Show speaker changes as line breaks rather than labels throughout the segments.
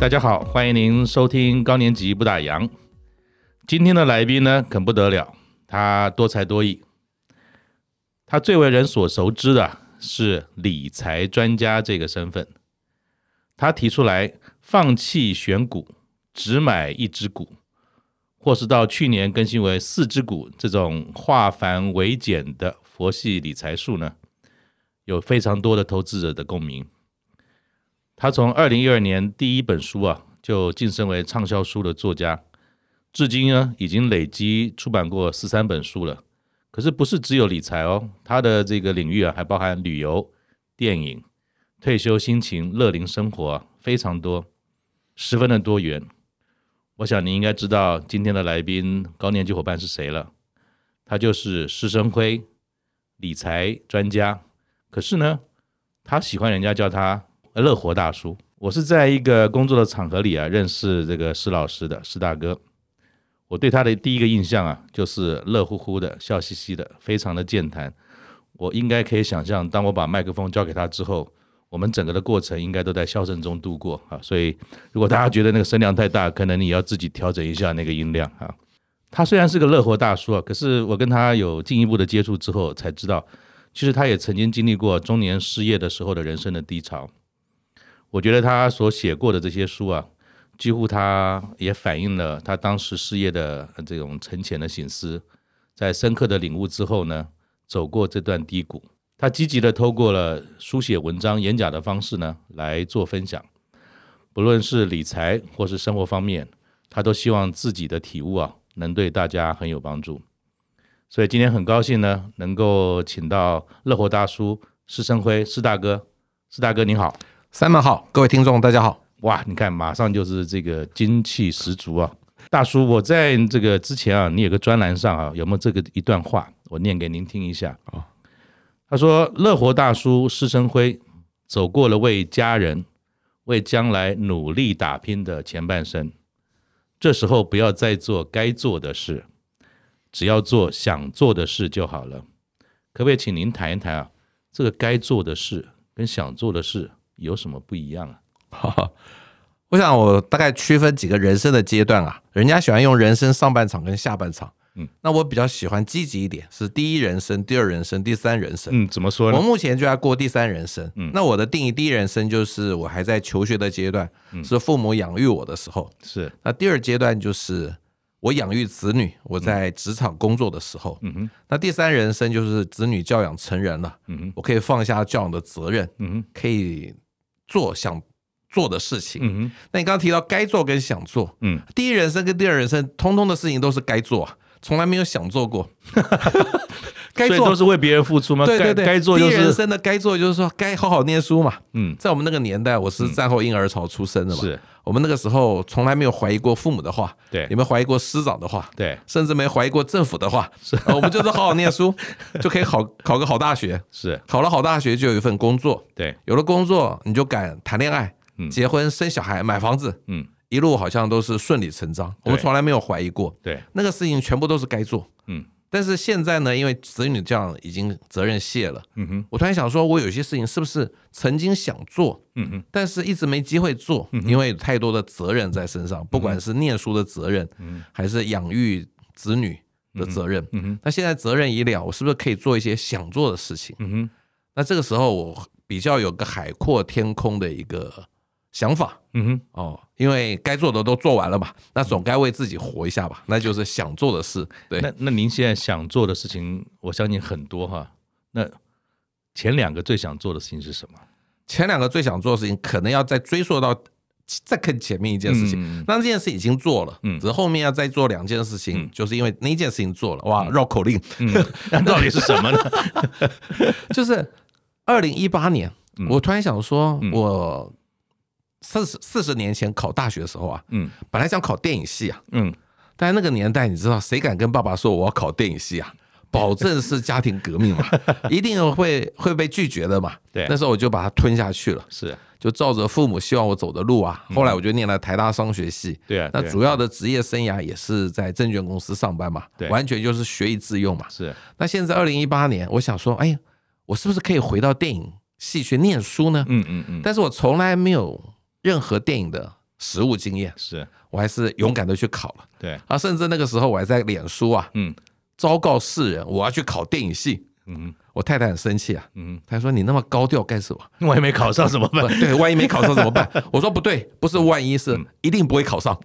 大家好，欢迎您收听高年级不打烊。今天的来宾呢，很不得了，他多才多艺。他最为人所熟知的是理财专家这个身份。他提出来放弃选股，只买一只股，或是到去年更新为四只股这种化繁为简的佛系理财术呢，有非常多的投资者的共鸣。他从二零一二年第一本书啊，就晋升为畅销书的作家，至今呢已经累积出版过十三本书了。可是不是只有理财哦，他的这个领域啊，还包含旅游、电影、退休心情、乐龄生活、啊，非常多，十分的多元。我想你应该知道今天的来宾高年级伙伴是谁了，他就是施生辉，理财专家。可是呢，他喜欢人家叫他呃乐活大叔。我是在一个工作的场合里啊，认识这个施老师的施大哥。我对他的第一个印象啊，就是乐乎乎的、笑嘻嘻的，非常的健谈。我应该可以想象，当我把麦克风交给他之后，我们整个的过程应该都在笑声中度过啊。所以，如果大家觉得那个声量太大，可能你要自己调整一下那个音量啊。他虽然是个乐活大叔啊，可是我跟他有进一步的接触之后，才知道其实他也曾经经历过中年失业的时候的人生的低潮。我觉得他所写过的这些书啊，几乎他也反映了他当时失业的呃这种沉潜的醒思，在深刻的领悟之后呢，走过这段低谷，他积极的透过了书写文章、演讲的方式呢来做分享，不论是理财或是生活方面，他都希望自己的体悟啊能对大家很有帮助。所以今天很高兴呢，能够请到乐活大叔施生辉施大哥，施大哥您好。
三门好，各位听众大家好。
哇，你看，马上就是这个精气十足啊！大叔，我在这个之前啊，你有个专栏上啊，有没有这个一段话？我念给您听一下
哦
他说：“乐活大叔施生辉走过了为家人、为将来努力打拼的前半生，这时候不要再做该做的事，只要做想做的事就好了。可不可以请您谈一谈啊，这个该做的事跟想做的事有什么不一样啊？”
我想我大概区分几个人生的阶段啊，人家喜欢用人生上半场跟下半场，
嗯
嗯，那我比较喜欢积极一点，是第一人生、第二人生、第三人生。
嗯，怎么说
我
呢？
目前就在过第三人生，嗯，那我的定义第一人生就是我还在求学的阶段，是父母养育我的时候。
是，
那第二阶段就是我养育子女，我在职场工作的时候，
嗯哼，
那第三人生就是子女教养成人了，
嗯哼，
我可以放下教养的责任，
嗯哼，
可以做想做的事情。
嗯哼，
那你刚刚提到该做跟想做，
嗯，
第一人生跟第二人生，通通的事情都是该做啊，从来没有想做 过。该
所以都
做
是为别人付出吗？
对对
该
对，
该做
第
就
一人
是，
生的该做就是说该好好念书嘛。
嗯，
在我们那个年代，我是战后婴儿潮出生的嘛，
是
我们那个时候从来没有怀疑过父母的话，
对
也没有怀疑过师长的话，
对，
甚至没怀疑过政府的话，呃我们就是好好 念书，就可以考考个好大学，
是，
考了好大学就有一份工作，
对，
有了工作，你就敢谈恋爱、结婚、生小孩、买房子，
嗯，
一路好像都是顺理成章，我们从来没有怀疑过。
对，
那个事情全部都是该做，
嗯。
但是现在呢，因为子女这样已经责任卸了，
嗯哼，
我突然想说，我有些事情是不是曾经想做，
嗯哼，嗯
但是一直没机会做，因为有太多的责任在身上，不管是念书的责任，还是养育子女的责任。
嗯哼，
那现在责任已了，我是不是可以做一些想做的事情？
嗯哼，
那这个时候我比较有个海阔天空的一个想法
嗯哼，
哦，因为该做的都做完了嘛，那总该为自己活一下吧，那就是想做的事。对，
那那您现在想做的事情，我相信很多哈。那前两个最想做的事情是什
嗯
么？
前两个最想做的事情，可能要再追溯到再更前面一件事情。
嗯
那这件事已经做了，
嗯
只是后面要再做两件事情，就是因为那件事情做了，哇，绕口令，
嗯，那到底是什 么呢？
就是二零一八年，
嗯
我突然想说，我四十四十年前考大学的时候啊，
嗯
本来想考电影系啊，
嗯，
但那个年代，你知道谁敢跟爸爸说我要考电影 系啊？保证是家庭革命嘛，一定会会被拒绝的嘛。
对
那时候我就把它吞下去了，
是
就照着父母希望我走的路啊。后来我就念了台大商学系，
嗯对啊，
那
对啊
主要的职业生涯也是在证券公司上班嘛
对，
完全就是学以致用嘛。
是
那现在二零一八年，我想说，哎，我是不是可以回到电影系去念书呢？
嗯嗯嗯，
但是我从来没有任何电影的实务经验，
是
我还是勇敢的去考了
对，
啊！甚至那个时候我还在脸书啊
嗯
昭告世人，我要去考电影系。
嗯
我太太很生气啊，
嗯，
她说你那么高调 干什么？
我也没考上怎么办
不？对，万一没考上怎么办？ 我说不对，不是万一
嗯
是一定不会考上，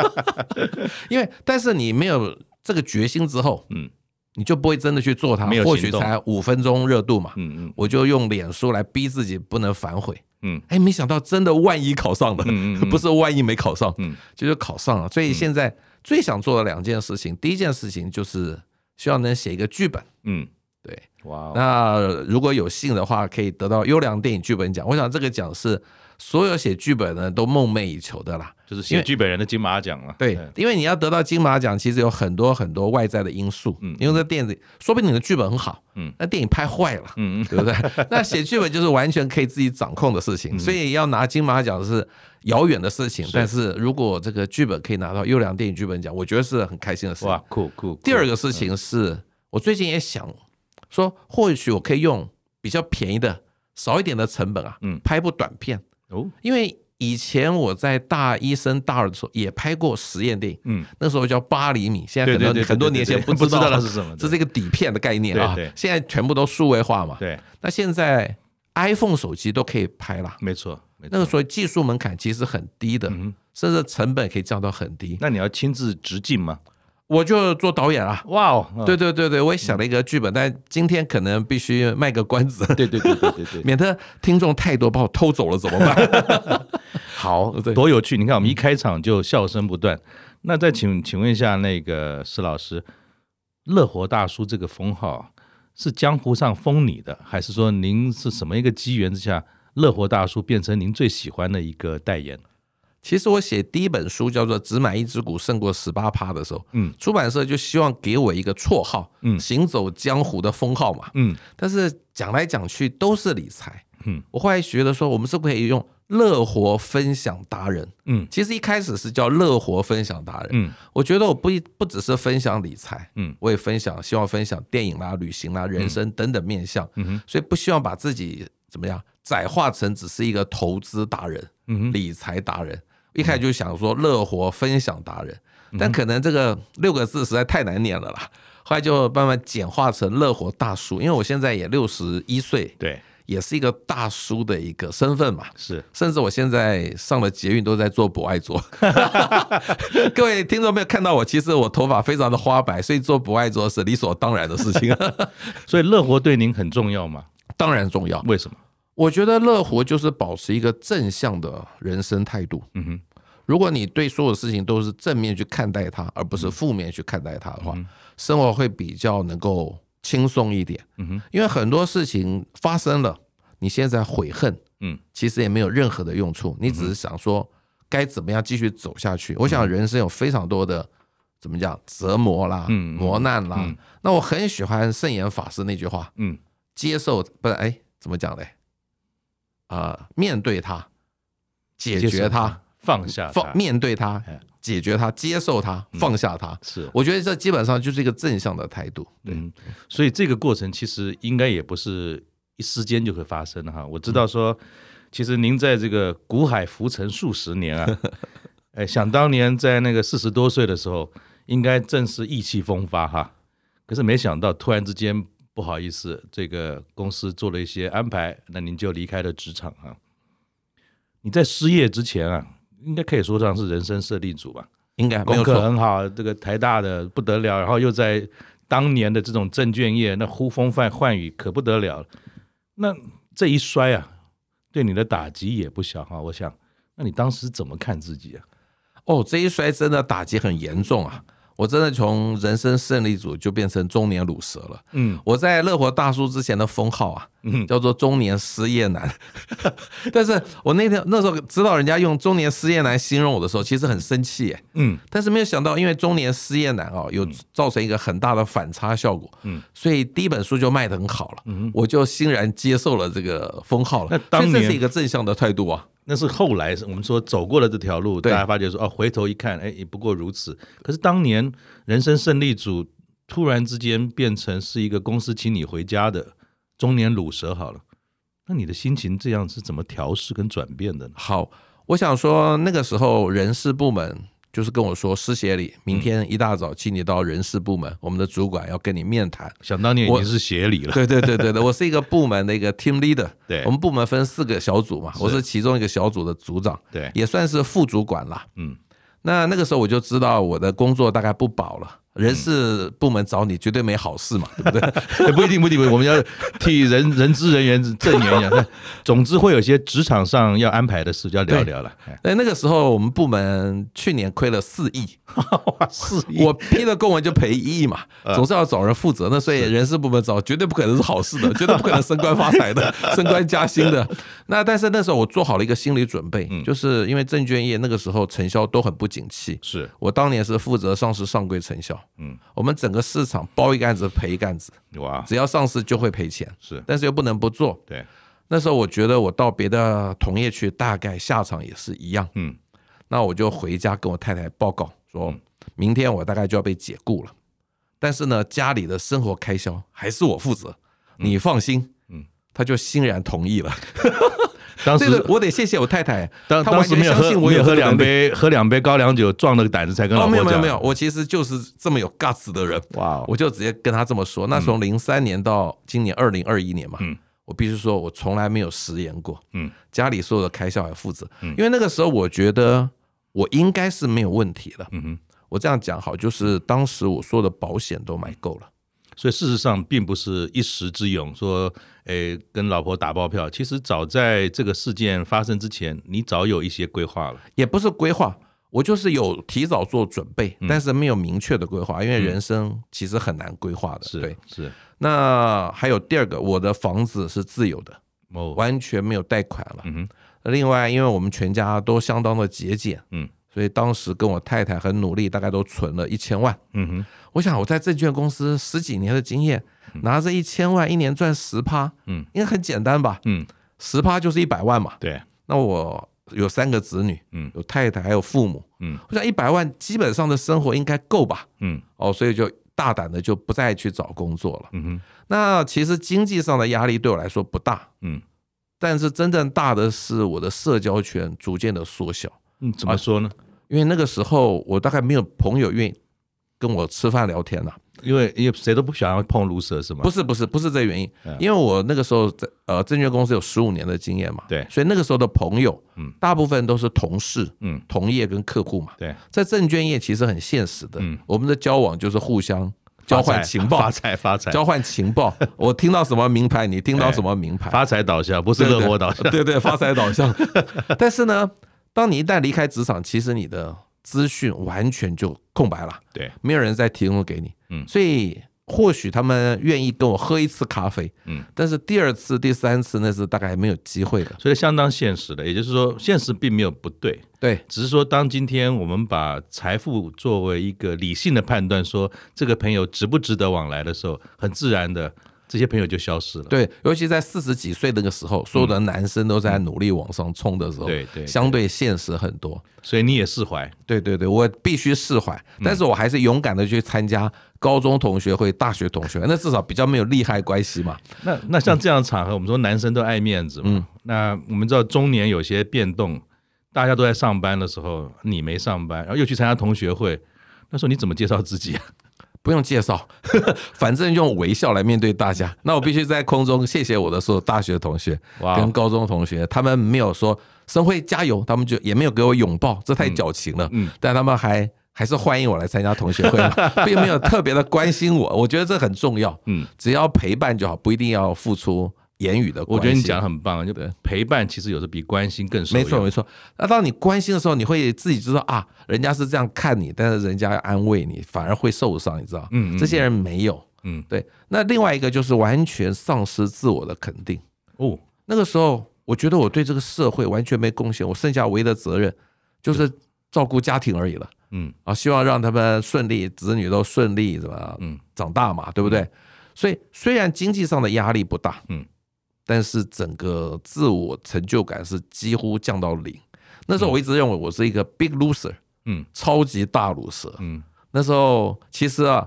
因为但是你没有这个决心之后，
嗯
你就不会真的去做它
没有，
或
行
许
动
才五分钟热度嘛。
嗯嗯
我就用脸书来逼自己不能反悔。
嗯
哎，没想到真的万一考上了，
嗯嗯嗯
不是万一没考上，
嗯
就是考上了。所以现在最想做的两件事情，第一件事情就是希望能写一个剧本。
嗯，
对，
哇哦，
那如果有幸的话，可以得到优良电影剧本奖。我想这个奖是所有写剧本的人都梦寐以求的啦。
就是写剧本人的金马奖了。
对，因为你要得到金马奖，其实有很多很多外在的因素。
嗯
因为这电影，说不定你的剧本很好，
嗯，
那电影拍坏了，
嗯嗯
对不对？ 那写剧本就是完全可以自己掌控的事情，
嗯
所以要拿金马奖是遥远的事情。但是如果这个剧本可以拿到优良电影剧本奖，我觉得是很开心的事情
嗯哇。，嗯酷酷。
第二
个，
个事情是我最近也想说，或许我可以用比较便宜的、少一点的成本啊，
嗯
拍部短片，
哦，
因为以前我在大一升大二的时候也拍过实验电影，
嗯，
那时候叫八厘米，现在
对
很
对
多
对，
很多年前
不
知道
那
了
是，什么，
这是一个底片的概念啊
对对，
现在全部都数位化嘛。
对，
那现在 iPhone 手机都可以拍啦，
没错，没
那个
错。
时候技术门槛其实很低的，甚至成本可以降到很低。
那你要亲自直进吗？
我就做导演啊，
哇哦，
对对对对，我也想了一个剧本，但今天可能必须卖个关子，
对对对对对 对，
免得听众太多把我偷走了怎么办？
好
对，
多有趣！你看，我们一开场就笑声不断。那再请请问一下，那个施老师，“乐活大叔”这个封号是江湖上封你的，还是说您是什么一个机缘之下，“乐活大叔”变成您最喜欢的一个代言？
其实我写第一本书叫做《只买一只股胜过十八趴》的时候，
嗯
出版社就希望给我一个绰号，
嗯
行走江湖的封号嘛。
嗯
但是讲来讲去都是理财，
嗯
我后来觉得说，我们是不是可以用乐活分享达人。
嗯
其实一开始是叫乐活分享达人，
嗯
我觉得我不一不只是分享理财，
嗯
我也分享，希望分享电影啦、旅行啦、人生等等面向，
嗯哼
所以不希望把自己怎么样窄化成只是一个投资达人、
嗯哼
理财达人。一开始就想说乐活分享达
嗯
人，但可能这个六个字实在太难念了啦。后来就慢慢简化成乐活大叔，因为我现在也六十一岁，
对，
也是一个大叔的一个身份嘛。
是
甚至我现在上了捷运都在做不爱做。 各位听众没有看到我，其实我头发非常的花白，所以做不爱做是理所当然的事情，
所以乐活对您很重要吗？
当然重要。
为什么？
我觉得乐活就是保持一个正向的人生态度。
嗯哼，
如果你对所有事情都是正面去看待它，而不
嗯
是负面去看待它的话，生活会比较能够轻松一点。
嗯哼，
因为很多事情发生了，你现在悔恨，
嗯
其实也没有任何的用处，你只是想说该怎么样继续走下去。我
嗯
想人生有非常多的怎么讲折磨啦、
嗯嗯
磨难啦。
嗯
那我很喜欢圣严法师那句话：
嗯
接受不是哎，怎么讲嘞？啊、面对它，解
接受
决它，
放下它
放面对它
啊哎，嗯
解决它，接受它，放下它。
是
我觉得这基本上就是一个正向的态度。对，
嗯，所以这个过程其实应该也不是一时间就会发生的哈。我知道说，其实您在这个股海浮沉数十年啊，哎，想当年在那个四十多岁的时候，应该正是意气风发哈。可是没想到突然之间，不好意思，这个公司做了一些安排，那您就离开了职场啊。你在失业之前啊，应该可以说上是人生设立组吧？
应该没
功
有
课
错。
很好，这个台大的不得了，然后又在当年的这种证券业，那呼风唤唤雨可不得了。那这一摔啊，对你的打击也不小哈、啊我想，那你当时怎么看自己啊？
哦，这一摔真的打击很严重啊！我真的从人生胜利组就变成中年乳蛇了。
嗯
我在乐活大叔之前的封号啊，
嗯
叫做中年失业男。 但是我那天那时候知道人家用中年失业男形容我的时候，其实很生气耶。
嗯
但是没有想到，因为中年失业男哦，有造成一个很大的反差效果，
嗯，
所以第一本书就卖得很好了，
嗯，
我就欣然接受了这个封号了。
那当
所以这
年
是一个正向的态度啊，
那是后来我们说走过了这条路，大
对
家发觉说哦，回头一看，哎，也不过如此。可是当年人生胜利组突然之间变成是一个公司请你回家的中年乳蛇好了，那你的心情这样是怎么调试跟转变的呢？
好，我想说，那个时候人事部门就是跟我说，施协理，明天一大早请你到人事部门，
嗯
我们的主管要跟你面谈。
想当年已
我
经是协理了，
对对对对对，我是一个部门的一个 team leader。
对
我们部门分四个小组嘛，我是其中一个小组的组长，
对
也算是副主管啦。
嗯，
那那个时候我就知道我的工作大概不保了，
嗯
人事部门找你绝对没好事嘛，对不对？
也不一定，不一定，我们要替人人资人员正言一下。 总之会有些职场上要安排的事，就要聊一聊了。哎
那那个时候我们部门去年亏了四亿，
哇，是
我批了公文就赔一亿嘛，总是要找人负责。那所以人事部门找绝对不可能是好事的，绝对不可能升官发财的、 升官加薪的。那但是那时候我做好了一个心理准备，就是因为证券业那个时候承销都很不景气。
是，
我当年是负责上市上柜承销，
嗯，
我们整个市场包一个案子赔一个案子，
哇，
只要上市就会赔钱，
是
但是又不能不做。
对，
那时候我觉得我到别的同业去，大概下场也是一样。
嗯，
那我就回家跟我太太报告说，明天我大概就要被解雇了。但是呢，家里的生活开销还是我负责，你放心。
嗯，
她就欣然同意了。
当
这
时
个我得谢谢我太太，
当
她
当
完
时
全
没有
相
喝，
信我
没有喝
这个
两
能力。
杯，嗯喝两杯高粱酒，壮了个胆子才跟老
哦，
婆
没有
讲。
没有没哦有，我其实就是这么有 guts 的人。
哇哦
我就直接跟他这么说。那从零三年到今年二零二一年嘛，
嗯
我必须说，我从来没有食言过。
嗯，
家里所有的开销还负责，
嗯
因为那个时候我觉得我应该是没有问题的。
嗯哼，
我这样讲好，就是当时我所有的保险都买够了。
所以事实上并不是一时之勇，说诶跟老婆打包票。其实早在这个事件发生之前，你早有一些规划了。
也不是规划，我就是有提早做准备，
嗯
但是没有明确的规划，因为人生其实很难规划的。
是
对，
是，
那还有第二个，我的房子是自由的，
哦，
完全没有贷款了。
嗯哼，
另外，因为我们全家都相当的节俭，
嗯
所以当时跟我太太很努力，大概都存了一千万。
嗯哼，
我想我在证券公司十几年的经验，拿着一千万一年赚十趴，
嗯，
应该很简单吧？
嗯，
十趴就是一百万嘛。
对，
那我有三个子女，
嗯
有太太还有父母，
嗯
我想一百万基本上的生活应该够吧？
嗯
哦，所以就大胆的就不再去找工作了。
嗯哼，
那其实经济上的压力对我来说不大，
嗯
但是真正大的是我的社交圈逐渐的缩小。
嗯，怎么说呢？
因为那个时候我大概没有朋友愿意跟我吃饭聊天了、啊
因为因为谁都不想要碰卢蛇是吗？
不是不是不是这原因
嗯，
因为我那个时候在呃证券公司有十五年的经验嘛，
对
所以那个时候的朋友，
嗯
大部分都是同事、
嗯，
同业跟客户嘛，
对，
在证券业其实很现实的
嗯，
我们的交往就是互相交
发财
换情
发
报，
财发财
交换情报，我听到什么名牌，你听到
哎
什么名牌，
发财导向，不是乐活导向。
对对对，发财导向。 但是呢，当你一旦离开职场，其实你的资讯完全就空白了，
对，
没有人再提供给你。
嗯
所以或许他们愿意跟我喝一次咖啡，
嗯，
但是第二次、第三次那是大概没有机会的。
所以相当现实的，也就是说，现实并没有不对，
对
只是说，当今天我们把财富作为一个理性的判断，说这个朋友值不值得往来的时候，很自然的，这些朋友就消失了。
对，尤其在四十几岁那个时候，所有的男生都在努力往上冲的时候，
嗯对对对
相对现实很多。
所以你也释怀，
对对对，我必须释怀，
嗯
但是我还是勇敢的去参加高中同学会、大学同学会，那至少比较没有利害关系嘛。
那那像这样的场合，我们说男生都爱面子嘛。
嗯
那我们知道中年有些变动，大家都在上班的时候，你没上班，然后又去参加同学会，那时候你怎么介绍自己 啊？
不用介绍， 反正用微笑来面对大家。那我必须在空中谢谢我的所有大学同学
哇哦
跟高中同学，他们没有说“生辉加油”，他们就也没有给我拥抱，这太矫情了。
嗯
但他们还还是欢迎我来参加同学会嘛， 并没有特别的关心我。我觉得这很重要，
嗯，
只要陪伴就好，不一定要付出言语的关
我
心。
觉得你讲得很棒，就
对
陪伴其实有时比关心更受
没
用。
错没错。那当你关心的时候，你会自己知道啊，人家是这样看你，但是人家要安慰你，反而会受伤，你知道？
嗯嗯
这些人没有。
嗯
对。那另外一个就是完全丧失自我的肯定。
哦，
那个时候，我觉得我对这个社会完全没贡献，我剩下唯一的责任就是照顾家庭而已了
嗯
啊，希望让他们顺利，子女都顺利，怎么
嗯
长大嘛，对不对？所以虽然经济上的压力不大，
嗯，
但是整个自我成就感是几乎降到零。那时候我一直认为我是一个 big loser，
嗯
超级大卤蛇。
嗯，
那时候其实啊，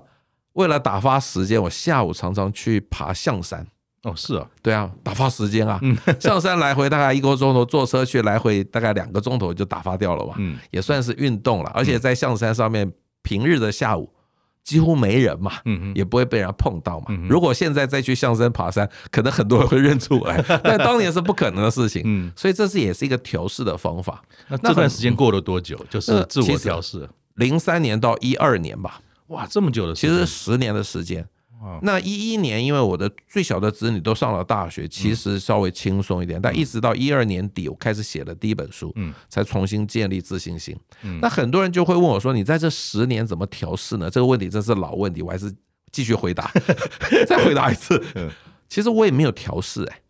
为了打发时间，我下午常常去爬象山。
哦，是啊，
对啊，打发时间啊，
嗯
上山来回大概一个钟头，坐车去来回大概两个钟头就打发掉了嘛，
嗯
也算是运动了。而且在象山上面，平日的下午几乎没人嘛，
嗯嗯，
也不会被人家碰到嘛
嗯哼。
如果现在再去象山爬山，可能很多人会认出 来，但当年是不可能的事情。
嗯，
所以这是也是一个调试的方法。
那
那
这段
很
时间过了多久？就是
呃
自我
其实
调试，
零三年到一二年吧，
哇，这么久的时
其
间，
实十年的时间
哇。
那一一年，因为我的最小的子女都上了大
嗯
学，其实稍微轻松一点，但一直到一二年底，我开始写了第一本书，
嗯，
才重新建立自信心
嗯。
那很多人就会问我说：“你在这十年怎么调试呢？”这个问题真是老问题，我还是继续 回答，再回答一次
嗯。
其实我也没有调试哎，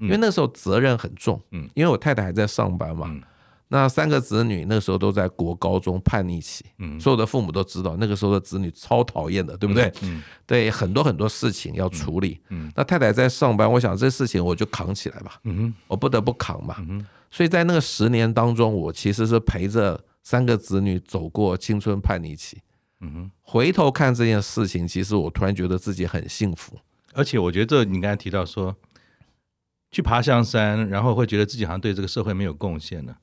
因为那时候责任很重，
嗯，
因为我太太还在上班嘛
嗯，
那三个子女那时候都在国高中叛逆期，
嗯
所有的父母都知道，那个时候的子女超讨厌的，对不对？
嗯
对，很多很多事情要处理。
嗯
那太太在上班，我想这事情我就扛起来吧，
嗯
我不得不扛嘛。
嗯哼
所以在那个十年当中，我其实是陪着三个子女走过青春叛逆期。
嗯哼，
回头看这件事情，其实我突然觉得自己很幸福。
而且我觉得这你刚才提到说，去爬象山，然后会觉得自己好像对这个社会没有贡献了，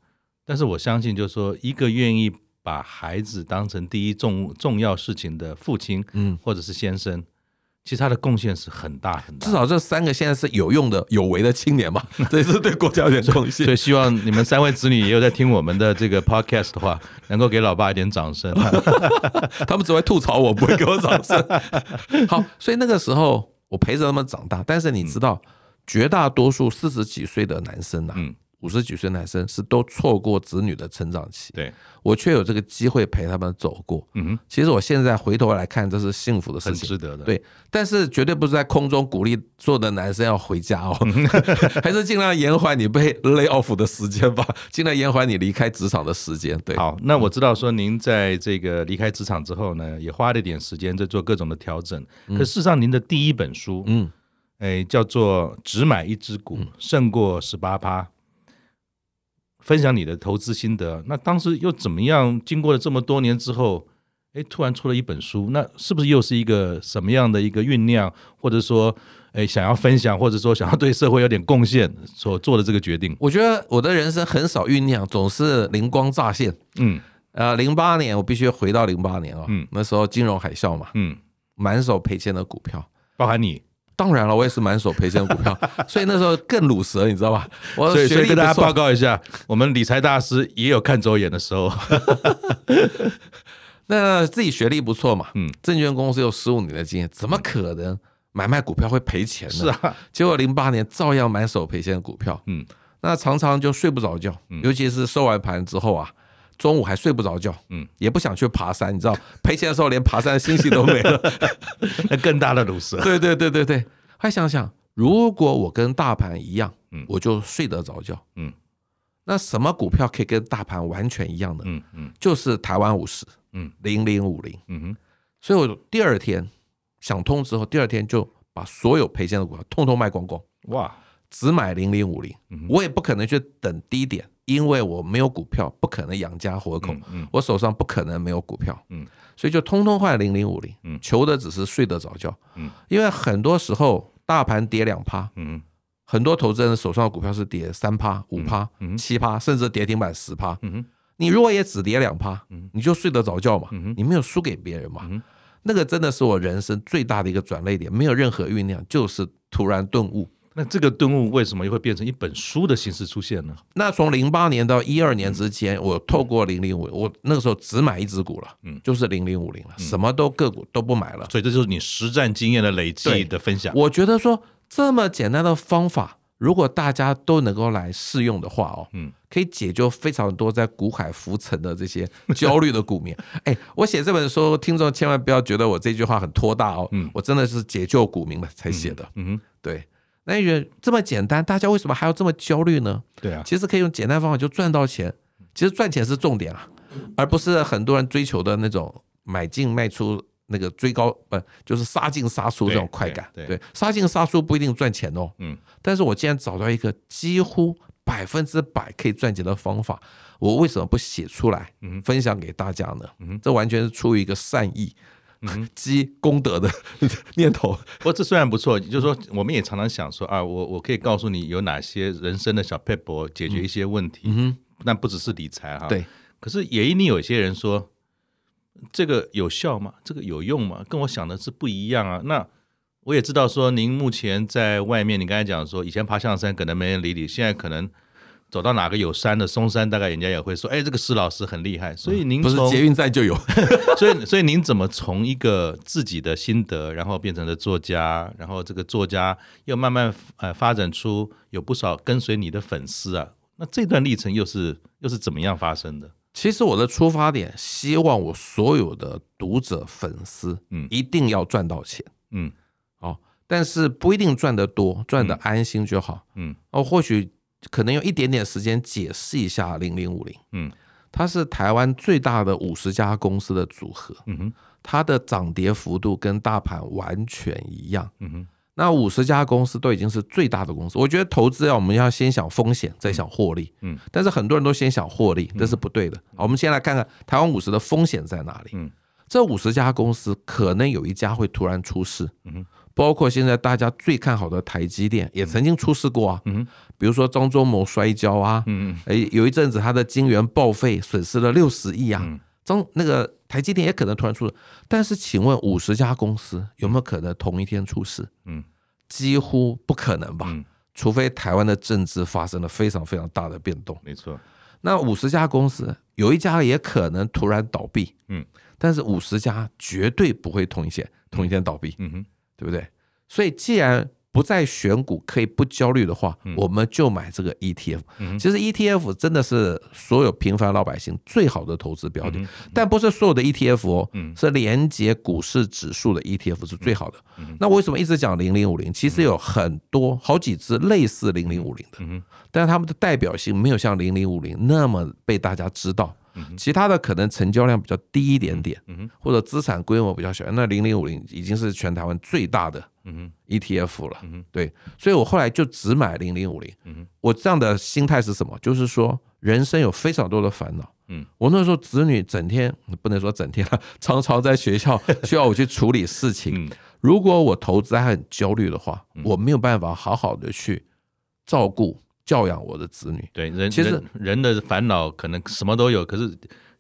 但是我相信，就是说一个愿意把孩子当成第一重重要事情的父亲
嗯，
或者是先生，其实他的贡献是很大很大
至
的。
少这三个现在是有用的、有为的青年嘛， 这也是对国家有点贡
所
献。
以希望你们三位子女也有在听我们的这个 podcast 的话，能够给老爸一点掌声。啊
他们只会吐槽我，不会给我掌 声。好，所以那个时候我陪着他们长大，但是你知道，绝大多数四十几岁的男生呐、
嗯
五十几岁的男生是都错过子女的成长期，
对，
我却有这个机会陪他们走过。
嗯哼，
其实我现在回头来看，这是幸福的事
很
情。
值得的。，
对，但是绝对不是在空中鼓励做的男生要回 家哦， 还是尽量延缓你被 lay off 的时间吧，尽量延缓你离开职场的时间。对，
好，那我知道说您在这个离开职场之后呢，也花了一点时间在做各种的调整。可事实上，您的第一本书，
嗯，
哎，叫做《只买一只股胜过十八趴》，分享你的投资心得。那当时又怎么样？经过了这么多年之后，哎，突然出了一本书，那是不是又是一个什么样的一个酝酿，或者说，哎，想要分享，或者说想要对社会有点贡献所做的这个决定？
我觉得我的人生很少酝酿，总是灵光乍现。
嗯
呃，零八年我必须回到零八年啊、
嗯
那时候金融海啸嘛，
嗯，
满手赔钱的股票。
包含你，
当然了，我也是满手赔钱的 股票，所以那时候更卤舌，你知道吧？我
所以，所
呃学
以跟
历不
大家
错
报告一下，我们理财大师也有看走眼的时候。
那自己学历不错嘛，
嗯
嗯，证券公司有十五年的经验，怎么可能买卖股票会赔钱呢？
是，啊，
结果零八年照样满手赔钱的股票，
嗯
那常常就睡不着觉，尤其是收完盘之后啊，中午还睡不着觉，
嗯
嗯，也不想去爬山，你知道， 赔钱的时候连爬山的心情都没了。
那更大的卤蛇。
对对对对对，还想想，如果我跟大盘一样，
嗯
我就睡得着觉，
嗯
嗯，那什么股票可以跟大盘完全一样的？
嗯嗯
就是台湾五十，
嗯
嗯，零零五零。
嗯哼
所以我第二天想通之后，第二天就把所有赔钱的股票通通卖光光，
哇，
只买零零五零
嗯哼。
我也不可能去等低点，因为我没有股票，不可能养家活口
嗯，嗯
我手上不可能没有股票，
嗯，
所以就通通换零零五
嗯
零，求的只是睡得着觉，
嗯，
因为很多时候大盘跌两趴，
嗯
很多投资人手上的股票是跌三趴、五趴
嗯嗯、
七趴，甚至跌停板十趴，
嗯哼
你如果也只跌两趴
嗯，
你就睡得着觉嘛
嗯哼，
你没有输给别人嘛
嗯哼。
那个真的是我人生最大的一个转捩点，没有任何酝酿，就是突然顿悟。
那这个顿悟为什么又会变成一本书的形式出现呢？
那从零八年到一二年之间，我透过零零五，我那个时候只买一只股了
嗯，
就是零零五零了，什么都个股都不买了。
所以这就是你实战经验的累积
对
的分享。
我觉得说这么简单的方法，如果大家都能够来试用的话哦，
嗯
嗯，可以解救非常多在股海浮沉的这 些焦虑的股民。哎，我写这本书，听众千万不要觉得我这句话很托大哦，
嗯
我真的是解救股民的才写的。
嗯哼，
对，那你觉得这么简单，大家为什么还要这么焦虑呢？
对啊，
其实可以用简单方法就赚到钱。其实赚钱是重点啊，而不是很多人追求的那种买进卖出那个追高，不、就是杀进杀出这种
对
快感。
对对
对，杀进杀出不一定赚钱哦。
嗯，
但是我既然找到一个几乎百分之百可以赚钱的方法，我为什么不写出来
嗯哼，
分享给大家呢
嗯哼？嗯
这完全是出于一个善意。积功德的 念头。
不过这虽然不错，就是说我们也常常想说啊，我我可以告诉你有哪些人生的小 p e p e 解决一些问题，
嗯
但不只是理财哈。
哼，，对，
可是也一定有些人说，这个有效吗？这个有用吗？跟我想的是不一样啊。那我也知道说，您目前在外面，你刚才讲说，以前爬象山可能没人理你，现在可能走到哪个有山的松山，大概人家也会说，哎，这个施老师很厉害。所以您
不是
从，
捷运站就有。
所以所以您怎么从一个自己的心得，然后变成了作家，然后这个作家又慢慢呃发展出有不少跟随你的粉丝啊？那这段历程又是又是怎么样发生的？
其实我的出发点，希望我所有的读者粉丝，
嗯
一定要赚到钱
嗯
哦，但是不一定赚得多，赚得安心就好。
嗯
哦，或许可能用一点点时间解释一下零零五零，
嗯
它是台湾最大的五十家公司的组合，
嗯哼
它的涨跌幅度跟大盘完全一样。
嗯哼。
那五十家公司都已经是最大的公司，我觉得投资啊要我们要先想风险，再想获利。
嗯，
但是很多人都先想获利，这是不对的。好，我们先来看看台湾五十的风险在哪里。
嗯，
这五十家公司可能有一家会突然出事。
嗯哼，嗯
包括现在大家最看好的台积电也曾经出事过啊。
嗯哼，
比如说张忠谋摔跤啊，
嗯
诶，有一阵子它的晶圆报废损失了六十亿
嗯
啊。张那个台积电也可能突然出事，但是请问五十家公司有没有可能同一天出事？
嗯
几乎不可能吧？
嗯，
除非台湾的政治发生了非常非常大的变动。
没错，
那五十家公司有一家也可能突然倒闭，
嗯，
但是五十家绝对不会同一天同一天倒闭，
嗯哼，
对不对？所以既然不在选股可以不焦虑的话，我们就买这个 ETF。
嗯
其实 ETF 真的是所有平凡老百姓最好的投资标的，但不是所有的 ETF 哦，
嗯
是连接股市指数的 ETF 是最好的。
嗯
那为什么一直讲零零五零？其实有很多好几只类似零零五零的，
嗯
但是他们的代表性没有像零零五零那么被大家知道。其他的可能成交量比较低一点点，
嗯
或者资产规模比较小，那零零五零已经是全台湾最大的
嗯
ETF 了。
嗯
对，所以我后来就只买零零五零
嗯。
我这样的心态是什么？就是说，人生有非常多的烦恼。
嗯，
我那时候子女整天不能说整天了，常常在学校需要我去处理事情。
嗯
如果我投资还很焦虑的话，我没有办法好好的去照顾教养我的子女。
对，人
其实
人人的烦恼可能什么都有，可是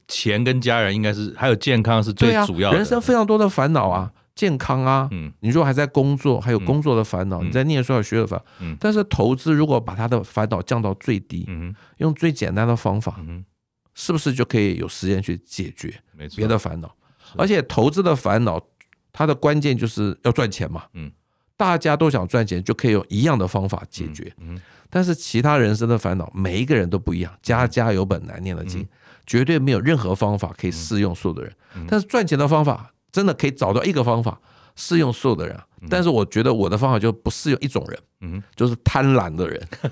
钱跟家人应该是还有健康是最
对啊
主要，的。
人生非常多的烦恼啊，健康啊，
嗯
你如果还在工作，还有工作的烦恼，你在念书还有学业的烦恼，
嗯
但是投资如果把他的烦恼降到最低，
嗯哼
用最简单的方法，
嗯哼，
是不是就可以有时间去解决
没错，
别的烦恼？而且投资的烦恼，它的关键就是要赚钱嘛，
嗯，
大家都想赚钱，就可以用一样的方法解决，
嗯嗯嗯
但是其他人生的烦恼，每一个人都不一样，家家有本难念的经，绝对没有任何方法可以适用所有的人。
嗯
但是赚钱的方法，真的可以找到一个方法适用所有的人啊。但是我觉得我的方法就不适用一种人，
嗯哼
就是贪婪的人。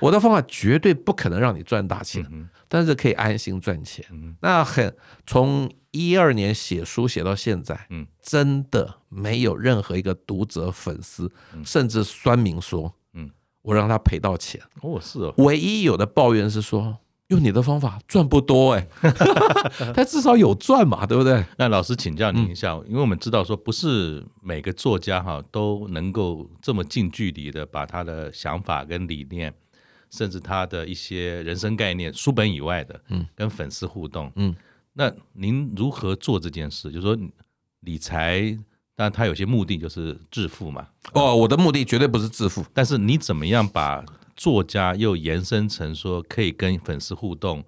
我的方法绝对不可能让你赚大钱，
嗯
但是可以安心赚钱。
嗯
那很从一二年写书写到现在，
嗯
真的没有任何一个读者、粉丝，甚至酸民说，
嗯
我让他赔到钱。
哼，哦是哦，
唯一有的抱怨是说，用你的方法赚不 多哎、但至少有赚嘛，对不对？
那老师请教您一下，因为我们知道说不是每个作家哈都能够这么近距离的把他的想法跟理念，甚至他的一些人生概念，书本以外的，嗯，跟粉丝互动，
嗯，
那您如何做这件事？就是说理财，当然它有些目的就是致富嘛，
哦，我的目的绝对不是致富，
但是你怎么样把作家又延伸成说可以跟粉丝互动？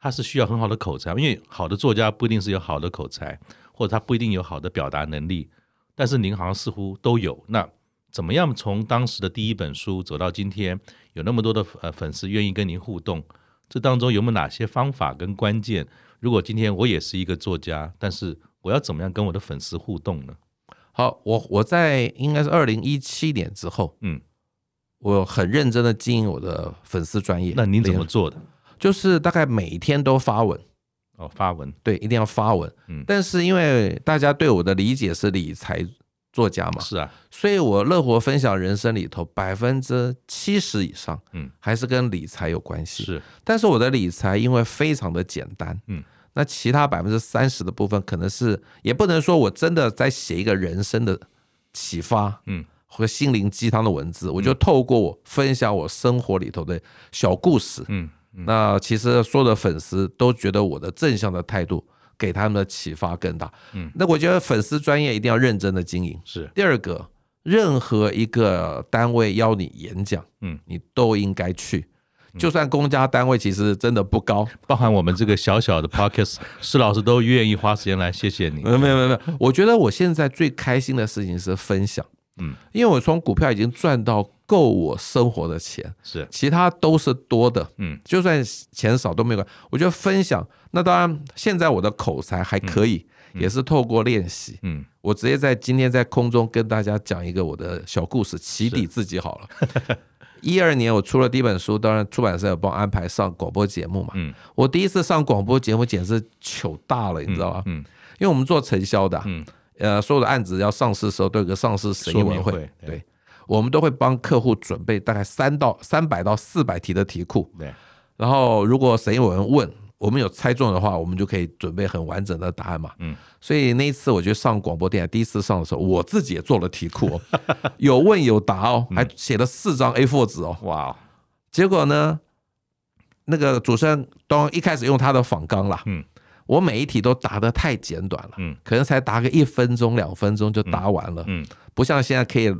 他是需要很好的口才，因为好的作家不一定是有好的口才，或者他不一定有好的表达能力。但是您好像似乎都有。那怎么样从当时的第一本书走到今天，有那么多的呃粉丝愿意跟您互动？这当中有没有哪些方法跟关键？如果今天我也是一个作家，但是我要怎么样跟我的粉丝互动呢？
好，我我在应该是二零一七年之后，
嗯，
我很认真的经营我的粉丝专业。
那您怎么做的？
就是大概每一天都发文，
哦，发文，
对，一定要发文。
嗯
但是因为大家对我的理解是理财作家嘛，
是啊，
所以我乐活分享人生里头百分之七十以上，
嗯
还是跟理财有关系。
是，
但是我的理财因为非常的简单，
嗯，
那其他百分之三十的部分，可能是也不能说我真的在写一个人生的启发，
嗯，
和心灵鸡汤的文字，我就透过我分享我生活里头的小故事，
嗯，
那其实所有的粉丝都觉得我的正向的态度给他们的启发更大。
嗯，
那我觉得粉丝专业一定要认真的经营。
是
第二个，任何一个单位邀你演讲，
嗯，
你都应该去。就算公家单位其实真的不高，
包含我们这个小小的 podcast，施老师都愿意花时间来，谢谢你
呃没。有没有没有没有，我觉得我现在最开心的事情是分享，
嗯，
因为我从股票已经赚到够我生活的钱，
是，
其他都是多的，
嗯，
就算钱少都没有关系。我觉得分享，那当然现在我的口才还可以，也是透过练习。
嗯，
我直接在今天在空中跟大家讲一个我的小故事，起底自己好了。 一二年我出了第一本书，当然出版社有帮我安排上广播节目嘛。
嗯，
我第一次上广播节目简直糗大了，你知道吗？
嗯，
因为我们做承销的啊、
嗯
呃，所有的案子要上市的时候都有个上市审议委员
说明会对
对，我们都会帮客户准备大概三到三百到四百题的题库，
对，
然后如果审议委员问我们有猜中的话，我们就可以准备很完整的答案嘛。
嗯，
所以那一次我去上广播电台，第一次上的时候，我自己也做了 题库、哦，有问有答哦，
嗯
还写了四张 A4 纸哦。
哇哦，
结果呢，那个主持人当然一开始用他的仿纲啦，
嗯，
我每一题都答得太简短了，
嗯，
可能才答个一分钟两分钟就答完了，
嗯
不像现在可以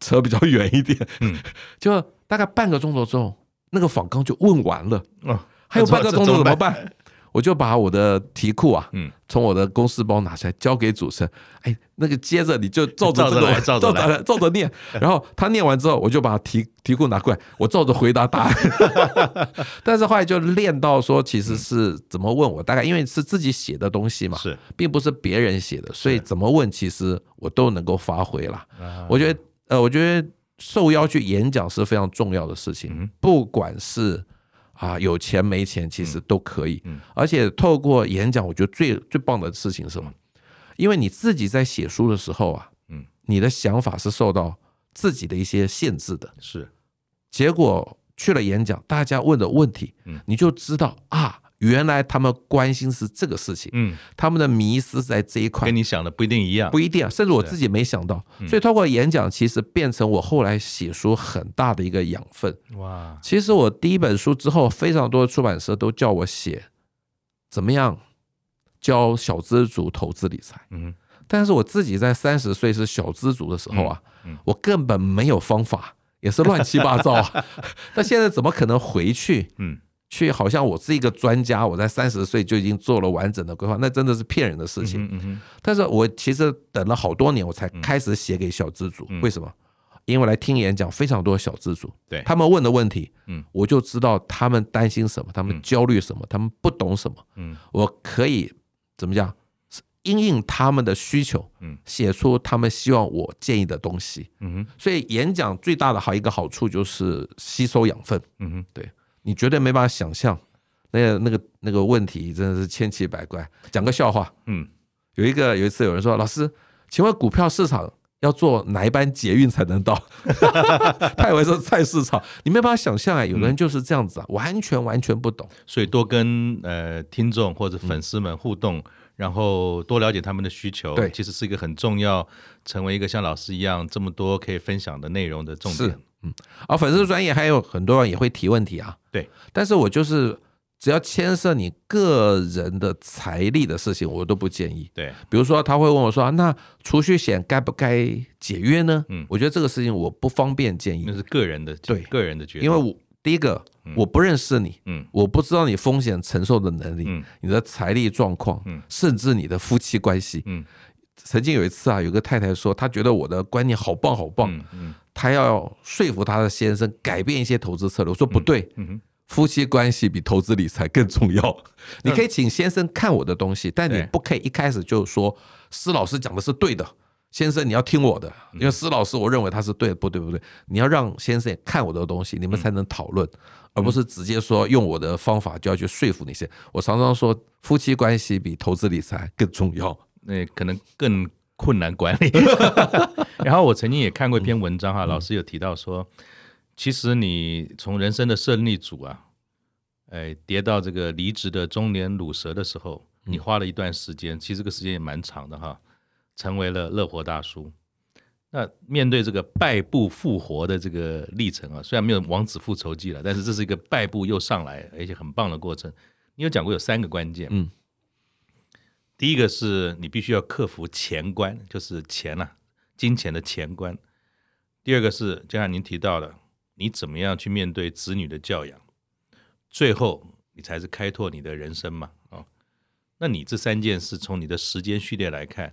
扯比较远一点，
嗯，
就大概半个钟头之后，那个仿纲就问完了，
哦，
还有半个钟头怎么
办？
办？我就把我的题库啊，
嗯，
从我的公司包拿出来交给主持人，哎，那个接着你就照着
照着
这个
来照着来
照着念，然后他念完之后，我就把题题库拿过来，我照着回答答案。但是后来就练到说，其实是怎么问我，大概因为是自己写的东西嘛，
嗯是，
并不是别人写的，所以怎么问，其实我都能够发挥啦。
啊
我觉得，呃，我觉得受邀去演讲是非常重要的事
嗯
情，不管是啊有钱没钱，其实都可以
嗯。
而且透过演讲，我觉得最最棒的事情是什么？因为你自己在写书的时候啊，
嗯，
你的想法是受到自己的一些限制的。
是，
结果去了演讲，大家问的问题
嗯，
你就知道啊，原来他们关心是这个事情，
嗯，
他们的迷失在这一块
跟。你嗯想的不一定一样
不。一定啊，甚至我自己没想到。所以透过演讲，其实变成我后来写书很大的一个养分。
哇，
其实我第一本书之后，非常多的出版社都叫我写怎么样教小资族投资理财，
嗯
但是我自己在三十岁是小资族的时候啊，
嗯嗯
我根本没有方法，也是乱七八糟 啊。那现在怎么可能回去
嗯，
去？好像我是一个专家，我在三十岁就已经做了完整的规划，那真的是骗人的事情。
嗯嗯嗯，
但是我其实等了好多年，我才开始写给小资主。
嗯
为什么？因为我来听演讲，非常多小资主，
对
他们问的问题，
嗯，
我就知道他们担心什么，他们焦虑什么，他们不懂什么，
嗯，
我可以怎么讲？因应他们的需求，
嗯，
写出他们希望我建议的东西。
嗯哼，
所以演讲最大的好一个好处就是吸收养分，
嗯哼，
你绝对没办法想象，那个那个那个问题真的是千奇百怪。讲个笑话，
嗯，
有一个有一次有人说：“老师，请问股票市场要坐哪一班捷运才能到？” 他以为是菜市场，你没办法想象啊，有
嗯
的人就是这样子啊，完全完全不懂。
所以多跟呃听众或者粉丝们互动，然后多了解他们的需求，
对
其实是一个很重要，成为一个像老师一样这么多可以分享的内容的重
是
点。
而粉丝专业还有很多人也会提问题啊，
对，
但是我就是只要牵涉你个人的财力的事情，我都不建议。
对，
比如说，他会问我说：“啊那储蓄险该不该解约呢？”
嗯
我觉得这个事情我不方便建议
那，是个人的，
对
个人的决定，
因为我第一个我不认识你，
嗯
我不知道你风险承受的能力，
嗯
你的财力状况，
嗯
甚至你的夫妻关系。
嗯
曾经有一次啊，有个太太说，她觉得我的观念好棒好棒，
嗯嗯
她要说服她的先生改变一些投资策略。我说不对，
嗯哼，
夫妻关系比投资理财更重 要。你可以请先生看我的东西，但你
嗯对
不可以一开始就说施老师讲的是对的，先生你要听我的，
嗯
因为施老师我认为他是对的，不对不对，你要让先生也看我的东西，你
嗯
们才能讨论，而不是直接说用我的方法就要去说服你先。我常常说，夫妻关系比投资理财更重要。
那可能更困难管理。然后我曾经也看过一篇文章哈，老师有提到说，其实你从人生的胜利组啊，哎，跌到这个离职的中年卤蛇的时候，你花了一段时间，其实这个时间也蛮长的哈，成为了乐活大叔。那面对这个败部复活的这个历程啊，虽然没有《王子复仇记》了，但是这是一个败部又上来，而且很棒的过程。你有讲过有三个关键，
嗯，
第一个是你必须要克服钱关，就是钱呐、啊，金钱的钱关；第二个是就像您提到的，你怎么样去面对子女的教养；最后你才是开拓你的人生嘛，啊、那你这三件事从你的时间序列来看，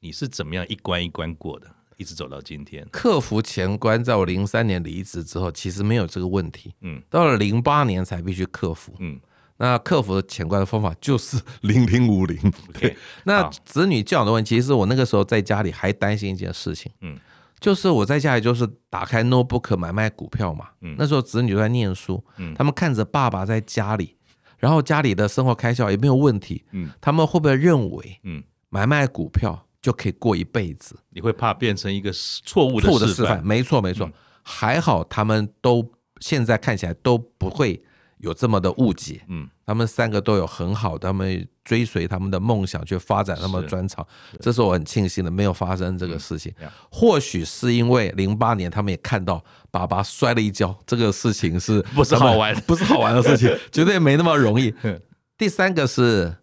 你是怎么样一关一关过的，一直走到今天？
克服前关，在我零三年离职之后，其实没有这个问题，
嗯
到了零八年才必须克服。
嗯
那克服的前关的方法就是 零零五零。
，OK，
那
好
子女教养的问题，其实我那个时候在家里还担心一件事情，
嗯，
就是我在家里就是打开 notebook 买卖股票嘛，
嗯
那时候子女都在念书，
嗯
他们看着爸爸在家里，然后家里的生活开销也没有问题，
嗯
他们会不会认为
嗯，
买卖股票就可以过一辈子？
你会怕变成一个错误
错误的
示
示
范嗯
范，？没错没错。还好他们都现在看起来都不会有这么的误解，
嗯
他们三个都有很好的，他们追随他们的梦想去发展他们的专长，
是
这是我很庆幸的，没有发生这个事情。
嗯，yeah
或许是因为零八年他们也看到爸爸摔了一跤，这个事情是
不是好玩
不是好玩的事 情，绝对没那么容易
嗯。
第三个是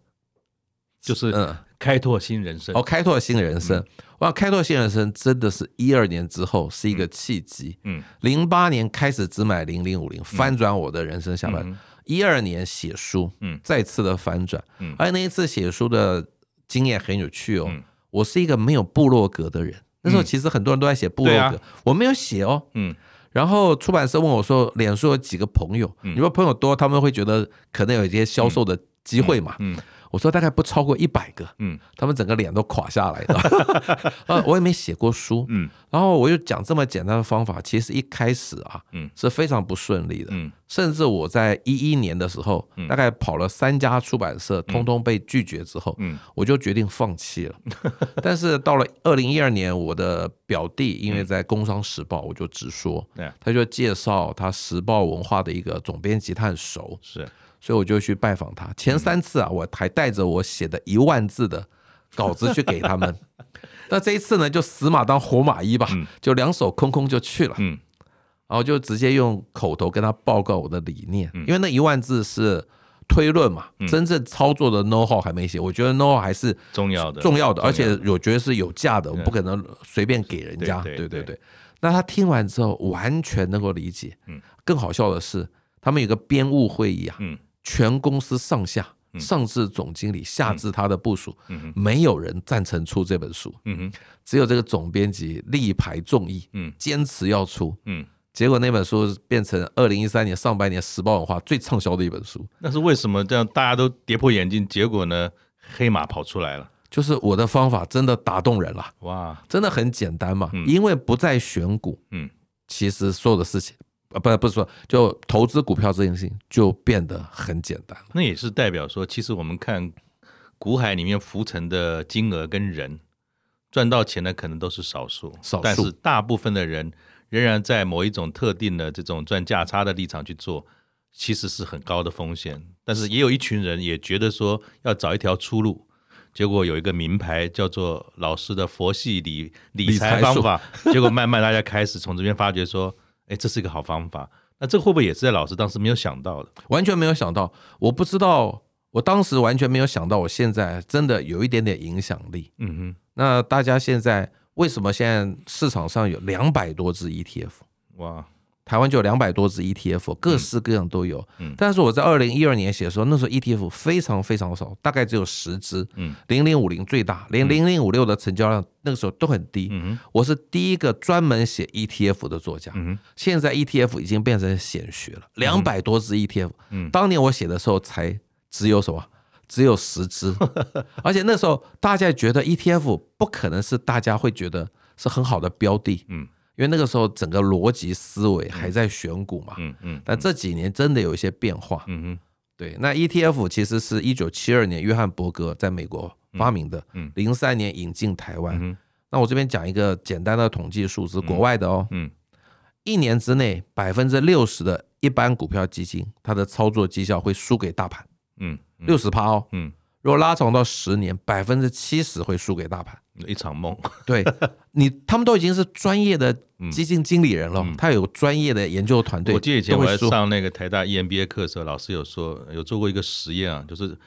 就是嗯
嗯。
开拓新人生。
哦，开拓新人生，哇，开拓新人生真的是一二年之后是一个契机。
嗯
零八年开始只买零零五零，翻转我的人生下半
嗯。
一二年写书，
嗯
再次的翻转，
嗯
而那一次写书的经验很有趣哦
嗯。
我是一个没有部落格的人，那时候其实很多人都在写部
对
落
啊
格，我没有写哦。
嗯
然后出版社问我说，脸书有几个朋友？
嗯
你说朋友多，他们会觉得可能有一些销售的机会嘛？
嗯
我说大概不超过一百个。
嗯
他们整个脸都垮下来的。 呃，我也没写过书，
嗯
然后我就讲这么简单的方法，其实一开始啊，
嗯
是非常不顺利的。
嗯
甚至我在一一年的时候，大概跑了三家出版社，通通被拒绝之后，
嗯
我就决定放弃 了。但是到了二零一二年，我的表弟因为在《工商时报》，我就直说
嗯对，
他就介绍他时报文化的一个总编辑，他很熟，
是
所以我就去拜访他。前三次啊，我还带着我写的一万字的稿子去给他们。那这一次呢，就死马当活马医吧，就两手空空就去了，
嗯
然后就直接用口头跟他报告我的理念，因为那一万字是推论嘛，真正操作的 know how 还没写。我觉得 know how 还是
重要的
重要的，而
重
且我觉得是有价的，我不可能随便给人家。
对
对
对
对
对
对那他听完之后完全能够理解。
嗯，
更好笑的是，他们有个编务会议啊，
嗯
全公司上下，上至总经理，下至他的部属，
嗯哼
没有人赞成出这本书，
嗯哼
只有这个总编辑力排众议，
嗯
坚持要出。
嗯，
结果那本书变成二零一三年上半年时报文化最畅销的一本书，
那是为什么这样大家都跌破眼镜，结果呢黑马跑出来了？
就是我的方法真的打动人了，
哇，
真的很简单嘛，因为不再选股，
嗯
其实所有的事情，呃，不不是说就投资股票这件事情就变得很简单了。
那也是代表说，其实我们看股海里面浮沉的金额跟人赚到钱的可能都是少数，
少数
但是大部分的人仍然在某一种特定的这种赚价差的立场去做，其实是很高的风险。但是也有一群人也觉得说要找一条出路。结果有一个名牌叫做老师的佛系理理财
理财
方
术
法，结果慢慢大家开始从这边发觉说，哎，这是一个好方法。那这会不会也是在老师当时没有想到的？
完全没有想到，我不知道，我当时完全没有想到，我现在真的有一点点影响力。
嗯哼。
那大家现在为什么现在市场上有两百多只 ETF？
哇，
台湾就有两百多只 ETF，各式各样都有。
嗯
但是我在二零一二年写的时候，那时候 ETF 非常非常少，大概只有十只。
嗯，
零零五零最大，连零零五六的成交量那个时候都很低。
嗯
我是第一个专门写 ETF 的作家。
嗯哼
现在 ETF 已经变成显学了，两百多只 ETF。
嗯
当年我写的时候才只有什么？只有十 只，而且那时候大家觉得 ETF 不可能是大家会觉得是很好的标的，
嗯
因为那个时候整个逻辑思维还在选股嘛。
嗯嗯
但这几年真的有一些变化。
嗯哼
对，那 ETF 其实是一九七二年约翰伯格在美国发明的
嗯嗯，
零三年引进台湾。
嗯
那我这边讲一个简单的统计数字，国外的哦，
嗯
一年之内百分之六十的一般股票基金它的操作绩效会输给大盘
嗯，嗯
六十趴哦。
嗯，
如果拉长到十年，百分之七十会输给大盘。
一场梦，
对 你，他们都已经是专业的
嗯
基金经理人了，他有专业的研究团队，
我记得以前
都
我
会
在
输
上那个台大 E EMBA 课的时候，老师有说有做过一个实验啊，就是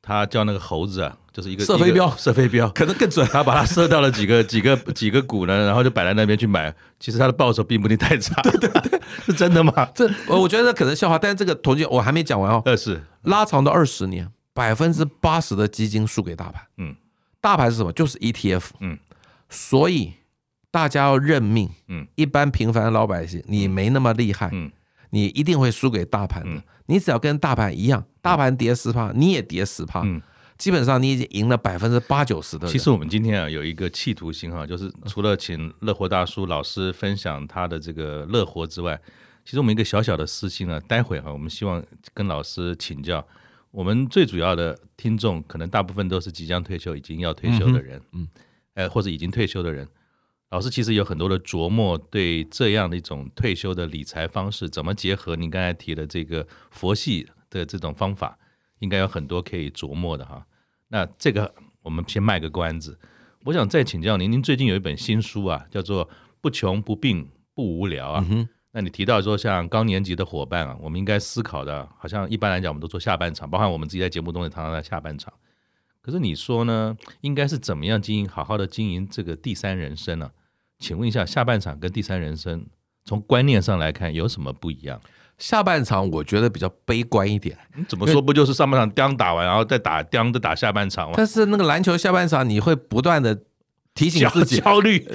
他叫那个猴子啊，就是一个
射飞镖
一个射飞镖，
可能更 准。
他把它射到了几个几个几个股呢，然后就摆在那边去买。其实他的报酬并不一定太差，对对对， 是真的吗？
这呃我我觉得可能笑话，但是这个统计我还没讲完哦。
呃，是，
拉长到二十年，百分之八十的基金输给大盘。
嗯，
大盘是什么？就是 ETF。
嗯，
所以大家要认命。
嗯，
一般平凡的老百姓，你没那么厉害，
嗯，
你一定会输给大盘的。
嗯
你只要跟大盘一样，大盘跌十趴，你也跌十趴，
嗯
基本上你已经赢了百分之八九十的人。
其实我们今天啊有一个企图心哈、就是除了请乐活大叔老师分享他的这个乐活之外，其实我们一个小小的私心呢，待会哈、我们希望跟老师请教。我们最主要的听众可能大部分都是即将退休、已经要退休的人，嗯，呃，或者已经退休的人。老师其实有很多的琢磨，对这样的一种退休的理财方式，怎么结合您刚才提的这个佛系的这种方法，应该有很多可以琢磨的哈。那这个我们先卖个关子。我想再请教您，您最近有一本新书啊，叫做《不穷不病不无聊》
嗯
啊。那你提到说，像高年级的伙伴啊，我们应该思考的，好像一般来讲，我们都做下半场，包含我们自己在节目中也常常在下半场。可是你说呢？应该是怎么样经营，好好的经营这个第三人生呢、请问一下，下半场跟第三人生从观念上来看有什么不一样？
下半场我觉得比较悲观一点，
你怎么说不就是上半场当打完，然后再打当再打下半场吗？
但是那个篮球下半场你会不断的提醒
焦
自己，
焦虑，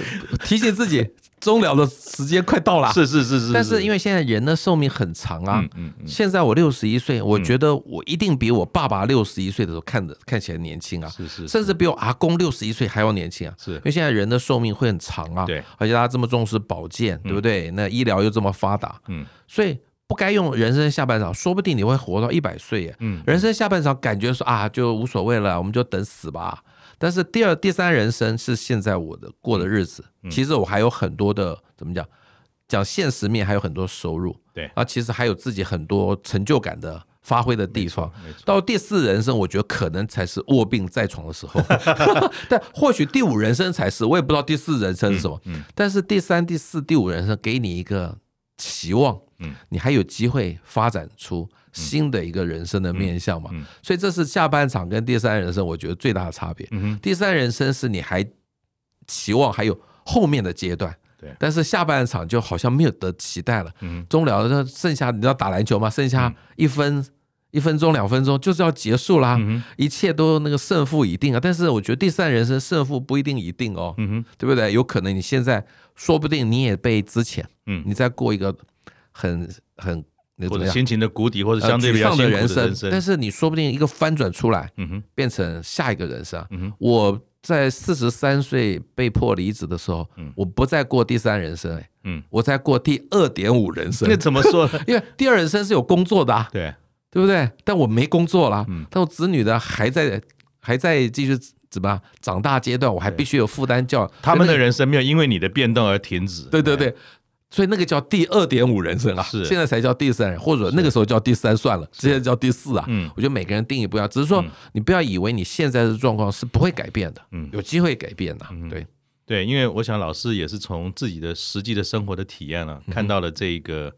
提醒自己终了的时间快到了。
是是是是，
但 是因
为
为现在人的寿命很长啊，
嗯嗯嗯，
现在我六十一岁，我觉得我一定比我爸爸六十一岁的时候看着看起来年轻啊，
是是
甚至比我阿公六十一岁还要年轻啊。
是
因为现在人的寿命会很长啊，
对，
而且大家这么重视保健，对不对？那医疗又这么发达，
嗯，
所以不该用人生下半场，说不定你会活到一百岁耶。
嗯，
人生下半场感觉说啊，就无所谓了，我们就等死吧。但是第二、第三人生是现在我的过的日子，
嗯
其实我还有很多的怎么讲？讲现实面还有很多收入，
对
啊，其实还有自己很多成就感的发挥的地方
没错没错。
到第四人生，我觉得可能才是卧病在床的时 候，但或许第五人生才是，我也不知道第四人生是什么。
嗯
但是第三、第四、第五人生给你一个期望，
嗯
你还有机会发展出新的一个人生的面向嘛。
嗯嗯
所以这是下半场跟第三人生，我觉得最大的差别。
嗯哼
第三人生是你还期望还有后面的阶段，
对
但是下半场就好像没有得期待了。
嗯
中了那剩下你知道打篮球嘛，剩下一分、一分钟两分钟就是要结束啦，
嗯
一切都那个胜负已定啊。但是我觉得第三人生胜负不一定一定哦，
嗯哼
对不对？有可能你现在说不定你也被之前，
嗯
你再过一个很很那
或
怎么
者
样
心情的谷底，或者
呃
相对比较
沮丧
辛
的
苦的
人生
人，生，
但是你说不定一个翻转出来，
嗯哼
变成下一个人生啊。
嗯哼
我在四十三岁被迫离职的时候，
嗯
我不再过第三人生、哎，
嗯，
我在过第二点五人生
那。怎么说 呢？
因为第二人生是有工作的、啊，
对，
对不对？但我没工作啦，
嗯
但我子女的还在还在继续怎么样长大阶段，我还
对
必须有负担教
他们的
人，
人生没有因为你的变动而停止。
对对对。所以那个叫第二点五人生啊，
是
现在才叫第三人，或者那个时候叫第三算了，现在叫第四啊。
嗯
我觉得每个人定义不一样，只是说你不要以为你现在的状况是不会改变的，
嗯
有机会改变的、啊对，
对，因为我想老师也是从自己的实际的生活的体验呢、看到了这一个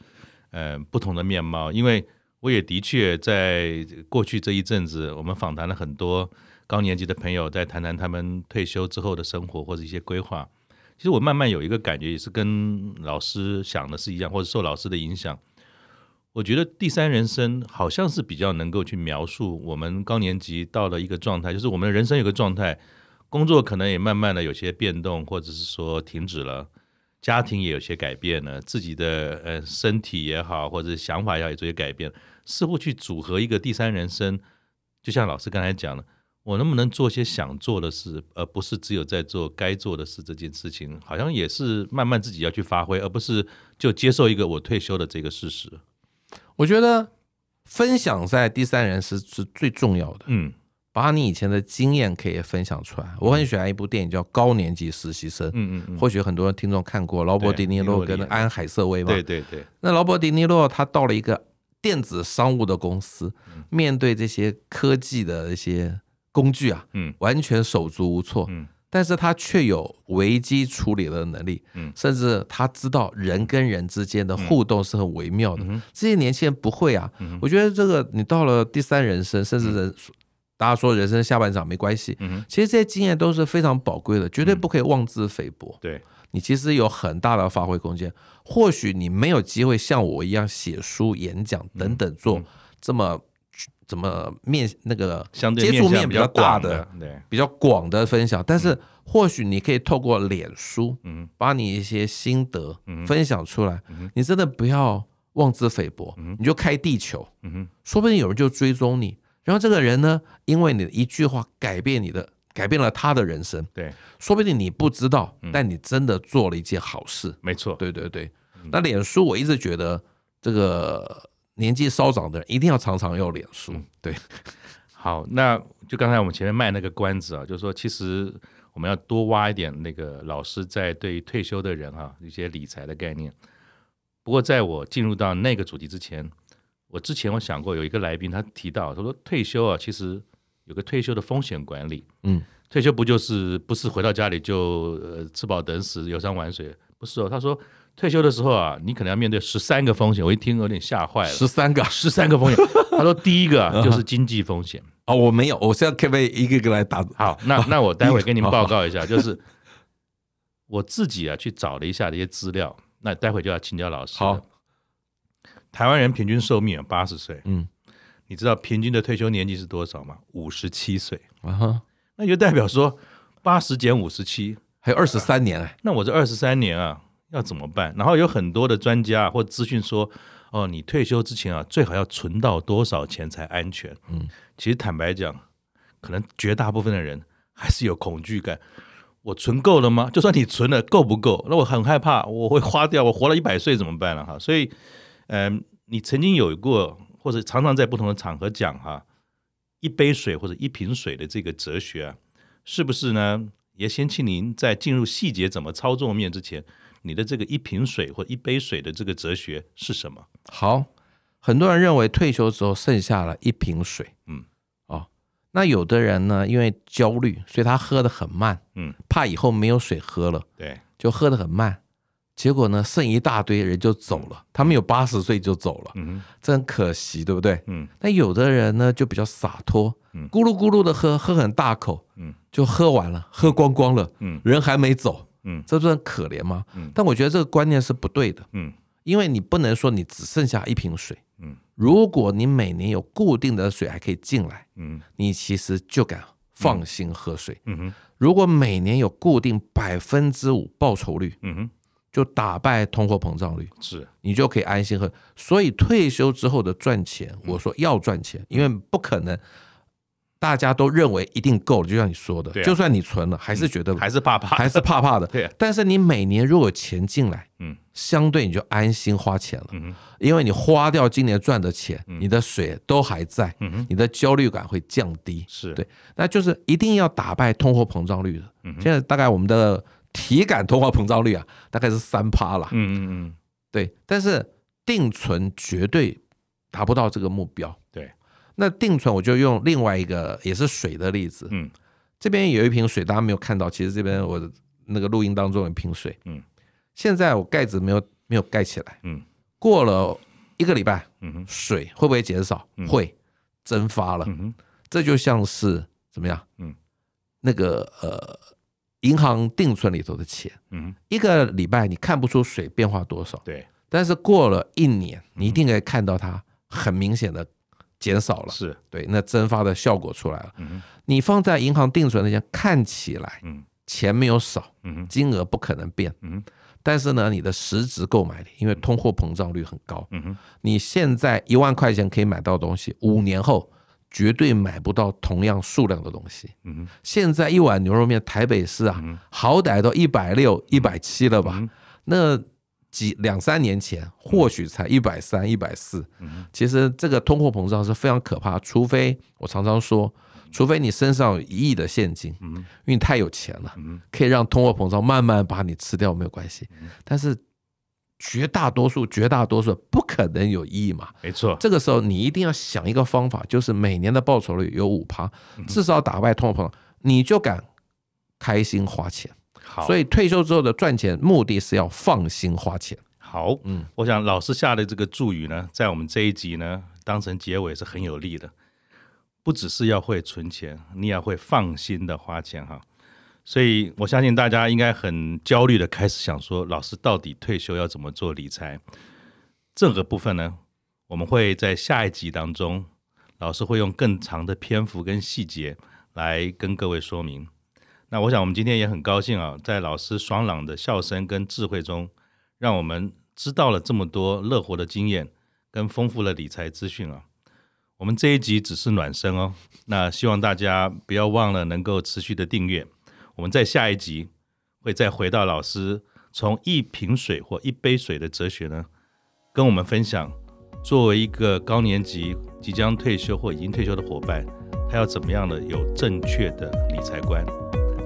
呃不同的面貌。因为我也的确在过去这一阵子，我们访谈了很多高年级的朋友，在谈谈他们退休之后的生活或者一些规划。其实我慢慢有一个感觉，也是跟老师想的是一样，或者受老师的影响。我觉得第三人生好像是比较能够去描述我们高年级到了一个状态，就是我们的人生有个状态，工作可能也慢慢的有些变动，或者是说停止了，家庭也有些改变了，自己的呃身体也好，或者是想法也好，也做些改变，似乎去组合一个第三人生，就像老师刚才讲的，我能不能做些想做的事，而不是只有在做该做的事这件事情，好像也是慢慢自己要去发挥，而不是就接受一个我退休的这个事实。
我觉得分享在第三人是是最重要的。
嗯
把你以前的经验可以分享出来。我很喜欢一部电影叫《高年级实习生》，
嗯嗯嗯，
或许很多听众看过劳勃·
对
迪尼
尼洛
洛跟
里演
安·海瑟薇嘛。
对对对，
那劳勃·迪尼洛他到了一个电子商务的公司，
嗯
面对这些科技的一些工具啊，
嗯，
完全手足无措，
嗯，
但是他却有危机处理的能力，
嗯，
甚至他知道人跟人之间的互动是很微妙的，
嗯哼
这些年轻人不会啊，
嗯哼
我觉得这个你到了第三人生，甚至人。大家说人生下半场没关系，
嗯哼嗯
其实这些经验都是非常宝贵的，绝对不可以妄自菲薄。
对，
你其实有很大的发挥空间。或许你没有机会像我一样写书、演讲等
嗯
等，做这么怎么面那个
相对
接触
面向较
面较大
广的，对，
比较广的分享，但是或许你可以透过脸书，
嗯，
把你一些心得
嗯
分享出来
嗯哼。
你真的不要妄自菲薄
嗯哼，
你就开地球，
嗯哼，
说不定有人就追踪你。然后这个人呢，因为你的一句话改变你的，改变了他的人生。
对，
说不定你不知道
嗯，
但你真的做了一件好事。
没错，
对对对，
嗯
那脸书我一直觉得这个年纪稍长的人一定要常常用脸书。
嗯
对，
好，那就刚才我们前面卖那个关子啊，就是说，其实我们要多挖一点那个老师在对于退休的人啊一些理财的概念。不过，在我进入到那个主题之前，我之前我想过有一个来宾他提到，他说退休啊，其实有个退休的风险管理。
嗯，
退休不就是不是回到家里就呃吃饱等死游山玩水？不是哦，他说退休的时候啊，你可能要面对十三个风险。我一听有点吓坏了，
十三个
十三个风险。 他说第一个啊就是经济风险。
哦，我没有，我现在可不可以一个一个来打？
好， 那那我待会跟你们
好好
报告一 下，就是我自己啊去找了一下这些资料，那待会就要请教老师。
好，
台湾人平均寿命啊八十岁，
嗯
你知道平均的退休年纪是多少吗？五十七岁，
啊哈，
那就代表说八十减五十七，
还有二十三年哎，
那我这二十三年啊要怎么办？然后有很多的专家或资讯说，哦，你退休之前啊，最好要存到多少钱才安全？
嗯，
其实坦白讲，可能绝大部分的人还是有恐惧感。我存够了吗？就算你存了，够不够？那我很害怕，我会花掉。我活了一百岁怎么办了、啊哈，所以，嗯、你曾经有过，或者常常在不同的场合讲哈、一杯水或者一瓶水的这个哲学啊，是不是呢？也先请您在进入细节怎么操作面之前，你的这个一瓶水或一杯水的这个哲学是什么？
好，很多人认为退休之后剩下了一瓶水，
嗯，
哦，那有的人呢，因为焦虑，所以他喝的很慢，
嗯，
怕以后没有水喝了，
对，
就喝的很慢。结果呢，剩一大堆人就走了，他们有八十岁就走了，
嗯哼
这很可惜，对不对？
嗯
那有的人呢就比较洒脱
嗯，
咕噜咕噜的喝，喝很大口，
嗯
就喝完了，喝光光了，
嗯
人还没走，
嗯
这不是很可怜吗
嗯？
但我觉得这个观念是不对的，
嗯
因为你不能说你只剩下一瓶水，
嗯
如果你每年有固定的水还可以进来，
嗯
你其实就敢放心喝水。
嗯哼
如果每年有固定百分之五报酬率，
嗯哼，
就打败通货膨胀率。
是
你就可以安心喝。所以退休之后的赚钱，
嗯
我说要赚钱，因为不可能大家都认为一定够了，就像你说的
对，啊嗯
就算你存了，还是觉得
还是怕怕，
还是怕怕的。
对啊
但是你每年如果有钱进来，
嗯
相对你就安心花钱了，
嗯哼
因为你花掉今年赚的钱，你的水都还在，
嗯哼，
你的焦虑感会降低。
是嗯
对，那就是一定要打败通货膨胀率的。现在大概我们的体感通货膨胀率啊，大概是三趴啦。
嗯嗯嗯
对，但是定存绝对达不到这个目标。
对，
那定存我就用另外一个也是水的例子，
嗯
这边有一瓶水，大家没有看到，其实这边我的那个录音当中有一瓶水，
嗯，
现在我盖子没有没有盖起来，
嗯，
过了一个礼拜，
嗯哼
水会不会减少？会，蒸发了，
嗯哼
这就像是怎么样？
嗯，
那个呃，银行定存里头的钱，
嗯哼，
一个礼拜你看不出水变化多少。
对，
但是过了一年，你一定可以看到它很明显的减少了，
是
对，那蒸发的效果出来了。
嗯哼
你放在银行定存那些，看起来
嗯
钱没有少，
嗯哼
金额不可能变，
嗯哼
但是呢，你的实质购买力，因为通货膨胀率很高，
嗯哼，
你现在一万块钱可以买到东西，五年后绝对买不到同样数量的东西。
嗯哼
现在一碗牛肉面，台北市啊，好歹都一百六、一百七了吧？那几两三年前，或许才一百三、一百四。其实这个通货膨胀是非常可怕，除非我常常说，除非你身上有一亿的现金，因为你太有钱了，可以让通货膨胀慢慢把你吃掉，没有关系。但是绝大多数、绝大多数不可能有一亿嘛。
没错，
这个时候你一定要想一个方法，就是每年的报酬率有五趴，至少打败通货膨胀，你就敢开心花钱。
好，
所
以
以退休之后的赚钱目的是要放心花钱。
好，
嗯，
我想老师下的这个注语呢，在我们这一集呢，当成结尾是很有力的。不只是要会存钱，你也要会放心的花钱哈。所以我相信大家应该很焦虑的开始想说，老师到底退休要怎么做理财？这个部分呢，我们会在下一集当中，老师会用更长的篇幅跟细节来跟各位说明。那我想我们今天也很高兴啊，在老师爽朗的笑声跟智慧中，让我们知道了这么多乐活的经验，跟丰富了理财资讯啊。我们这一集只是暖身哦，那希望大家不要忘了能够持续的订阅。我们在下一集会再回到老师从一瓶水或一杯水的哲学呢，跟我们分享，作为一个高年级即将退休或已经退休的伙伴，他要怎么样的有正确的理财观。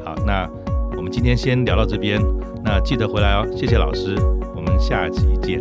好，那我们今天先聊到这边，那记得回来哦，谢谢老师，我们下集见，